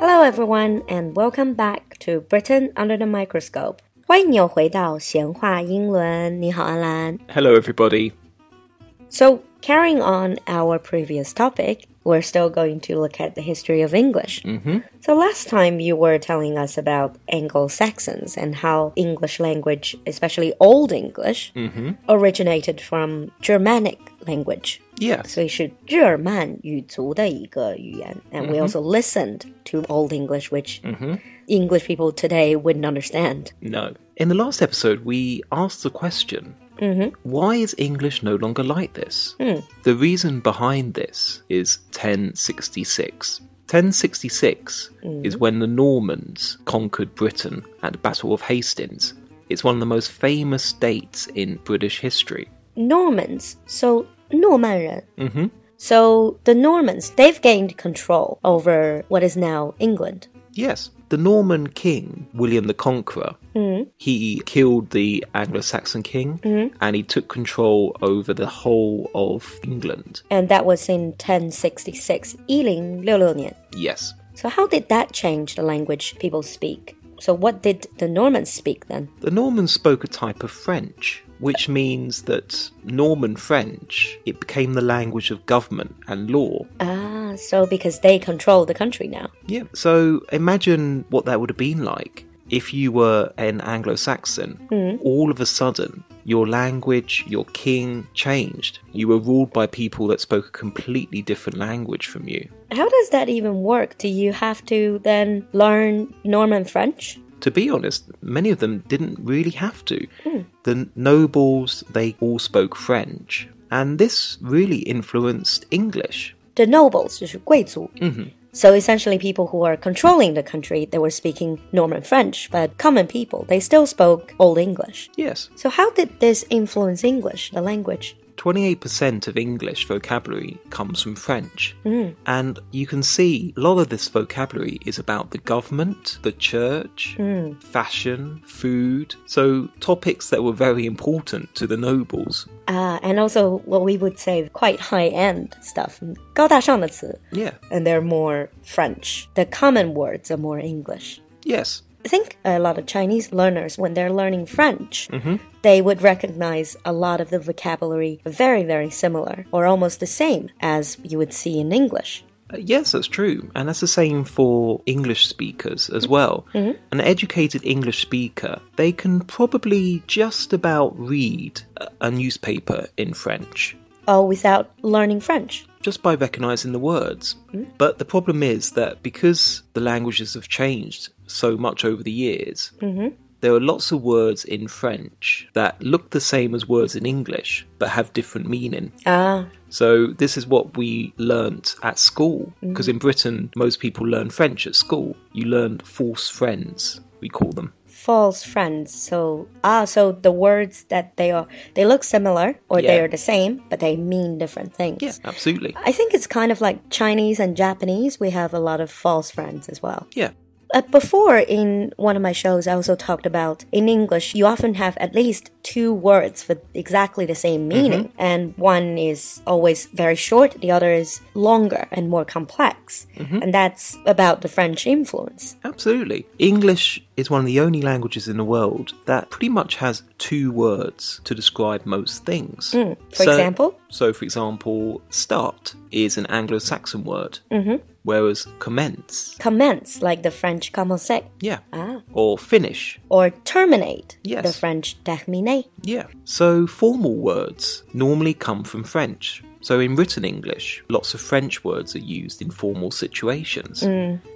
everyone, and welcome back to Britain under the microscope. 欢迎又回到闲话英伦。你好，安兰。 Hello, everybody. So, carrying on our previous topic, we're still going to look at the history of English. So, last time you were telling us about Anglo Saxons and how English language, especially Old English, originated from Germanic language. Yes. 所以是日耳曼语族的一个语言. And we also listened to Old English, which English people today wouldn't understand. No. In the last episode, we asked the question why is English no longer like this? The reason behind this is 1066. 1066 is when the Normans conquered Britain at the Battle of Hastings. It's one of the most famous dates in British history. Normans, so 诺曼人. Mm-hmm. So the Normans, they've gained control over what is now England. Yes. The Norman king, William the Conqueror, he killed the Anglo Saxon king and he took control over the whole of England. And that was in 1066, 1066年. Yes. So how did that change the language people speak? So what did the Normans speak then? The Normans spoke a type of French, which means that Norman French, it became the language of government and law. Ah, so because they control the country now. Yeah. So imagine what that would have been like if you were an Anglo Saxon. All of a sudden, your language, your king changed. You were ruled by people that spoke a completely different language from you. How does that even work? Do you have to then learn Norman French? To be honest, many of them didn't really have to. The nobles, they all spoke French. And this really influenced English. The nobles, 就是贵族. So essentially people who are controlling the country, they were speaking Norman French, but common people, they still spoke Old English. Yes. So how did this influence English, the language? 28% of English vocabulary comes from French. And you can see a lot of this vocabulary is about the government, the church, fashion, food. So, topics that were very important to the nobles. Ah, and also what we would say quite high-end stuff, 高大上的词, Yeah. and they're more French. The common words are more English. Yes. I think a lot of Chinese learners, when they're learning French, Mm-hmm. they would recognize a lot of the vocabulary very, very similar or almost the same as you would see in English. Uh, Yes, that's true. And that's the same for English speakers as well. An educated English speaker, they can probably just about read a- a newspaper in French. All without learning French. just by recognizing the words. But the problem is that because the languages have changed so much over the years, there are lots of words in French that look the same as words in English but have different meaning. Ah, So this is what we learnt at school Mm. because in Britain most people learn French at school. You learn false friends, we call them. false friends. So, ah, so the words that they are, they look similar or they Yeah. are the same, but they mean different things. Yeah, absolutely. I think it's kind of like Chinese and Japanese. We have a lot of false friends as well. Yeah. Uh, before, in one of my shows, I also talked about in English, you often have at least two words for exactly the same Mm-hmm. meaning, and one is always very short, the other is longer and more complex. Mm-hmm. And that's about the French influence. Absolutely. English is one of the only languages in the world that pretty much has two words to describe most things. Mm. For example? So, for example, start is an Anglo Saxon word, whereas commence, mm-hmm, Commence, like the French commencer, yeah, Ah. or finish, or terminate, Yes. the French terminer. yeah. So, formal words normally come from French. So, in written English, lots of French words are used in formal situations,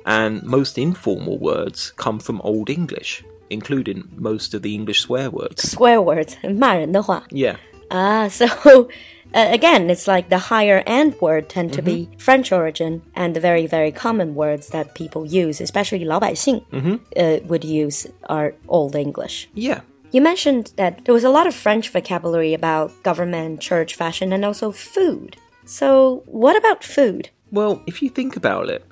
and most informal words come from Old English, including most of the English swear words. Swear words, 骂人的话. Yeah. Ah, so uh, again, it's like the higher end word tend to be French origin, and the very, very common words that people use, especially 老百姓, uh, would use are Old English. Yeah. You mentioned that there was a lot of French vocabulary about government, church, fashion, and also food. So, what about food? Well, if you think about it,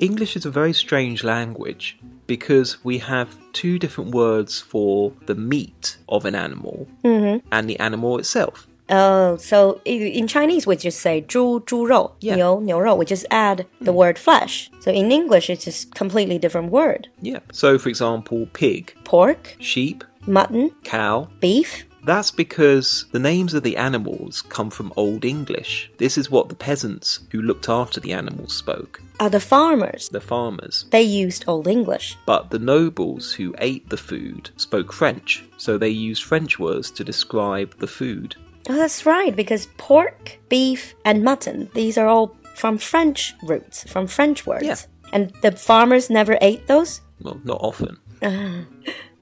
English is a very strange language because we have two different words for the meat of an animal and the animal itself. Oh, so i- in Chinese we just say 猪,猪肉, Yeah. 牛,牛肉. We just add the word flesh. So in English it's just completely different word. Yeah. So, for example, pig, Pork, sheep, mutton, cow. beef. That's because the names of the animals come from Old English. This is what the peasants who looked after the animals spoke, Are the farmers? the farmers. They used Old English. But the nobles who ate the food spoke French, so they used French words to describe the food. Oh, that's right, because pork, beef, and mutton, these are all from French roots, from French words. Yeah. And the farmers never ate those? Well, not often.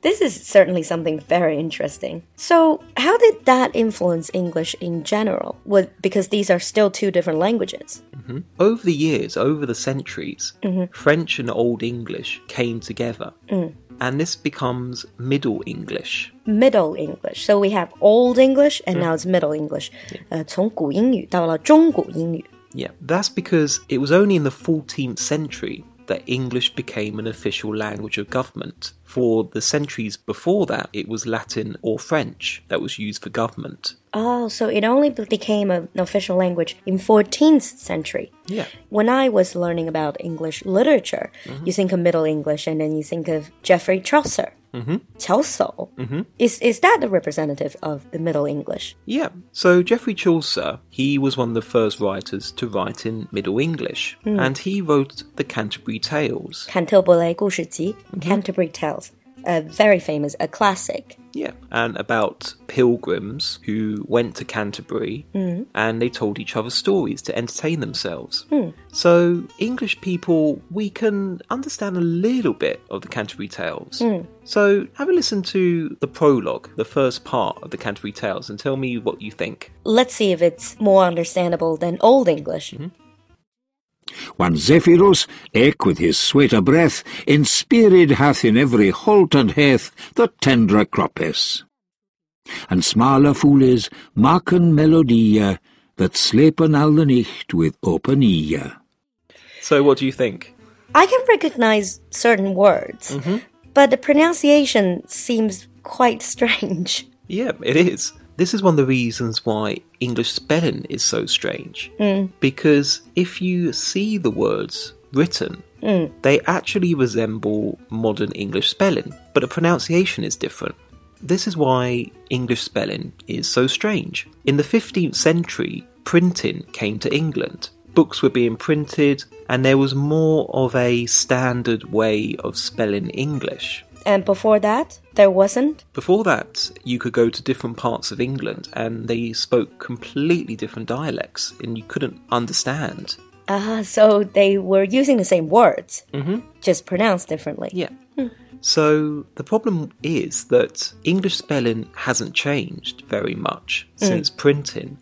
This is certainly something very interesting. So, how did that influence English in general? Was because these are still two different languages. Over the years, over the centuries, French and Old English came together. And this becomes Middle English. Middle English. So we have Old English and now it's Middle English. Uh, 呃，从古英语到了中古英语。 Yeah, that's because it was only in the 14th century that English became an official language of government. For the centuries before that, it was Latin or French that was used for government. Oh, so it only be- became an official language in 14th century. Yeah. When I was learning about English literature, you think of Middle English and then you think of Geoffrey Chaucer. Chaucer. Is, is that the representative of the Middle English? Yeah. So Geoffrey Chaucer, he was one of the first writers to write in Middle English, and he wrote the Canterbury Tales. 坎特伯雷故事集 Canterbury Tales, a very famous, a classic. Yeah. And about pilgrims who went to Canterbury and they told each other stories to entertain themselves. So, English people, we can understand a little bit of the Canterbury Tales. Hmm. So, have a listen to the prologue, the first part of the Canterbury Tales, and tell me what you think. Let's see if it's more understandable than Old English. When Zephyros, eke with his sweeter breath, inspired hath in every holt and heath the tender croppice. And smaller fules maken melodie that slepen al de nicht with open ear. So, what do you think? I can recognize certain words, but the pronunciation seems quite strange. Yeah, it is. This is one of the reasons why English spelling is so strange. Because if you see the words written, they actually resemble modern English spelling, but the pronunciation is different. This is why English spelling is so strange. In the 15th century, printing came to England. Books were being printed, and there was more of a standard way of spelling English. And before that, there wasn't. Before that, you could go to different parts of England and they spoke completely different dialects and you couldn't understand. Ah, so they were using the same words, just pronounced differently. Yeah. So the problem is that English spelling hasn't changed very much since printing,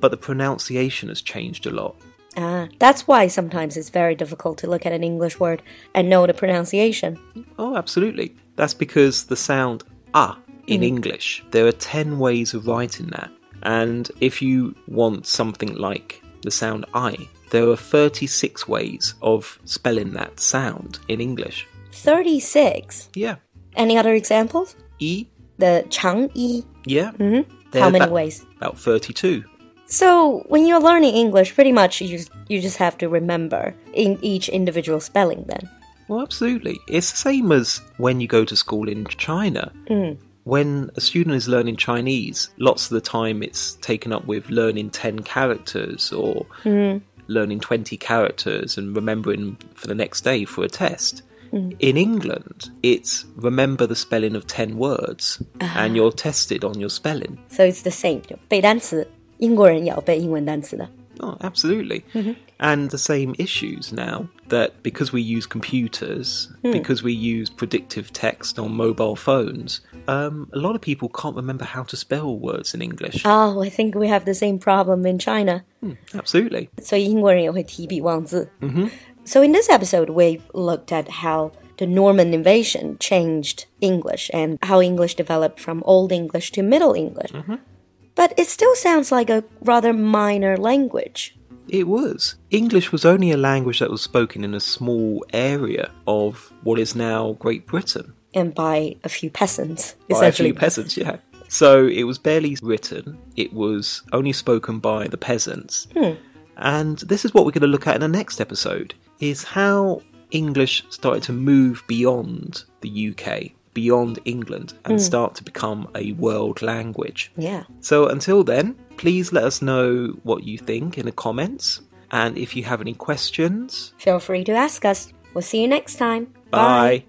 but the pronunciation has changed a lot. Ah, that's why sometimes it's very difficult to look at an English word and know the pronunciation. Oh, absolutely. That's because the sound ah in English, there are 10 ways of writing that. And if you want something like the sound I, there are 36 ways of spelling that sound in English. 36. Yeah. Any other examples? E, The 长一. yeah. How There are many about- ways? About 32. So, when you're learning English, pretty much you just, you just have to remember in each individual spelling then. Well, absolutely. It's the same as when you go to school in China. Mm-hmm. When a student is learning Chinese, lots of the time it's taken up with learning 10 characters or learning 20 characters and remembering for the next day for a test. In England, it's remember the spelling of 10 words and you're tested on your spelling. So it's the same. 背单词,英国人也要背英文单词的. Oh, absolutely. And the same issues now that because we use computers, because we use predictive text on mobile phones, um, a lot of people can't remember how to spell words in English. Oh, I think we have the same problem in China. Absolutely. 所以英国人也会提笔忘字。So Mm-hmm. in this episode, we've looked at how the Norman invasion changed English and how English developed from Old English to Middle English. Mm-hmm. But it still sounds like a rather minor language. It was. English was only a language that was spoken in a small area of what is now Great Britain. And by a few peasants, By a essentially. few peasants, yeah. So it was barely written, it was only spoken by the peasants. And this is what we're going to look at in the next episode is how English started to move beyond the UK, beyond England and start to become a world language. Yeah. So until then, please let us know what you think in the comments and if you have any questions. Feel free to ask us. We'll see you next time. Bye.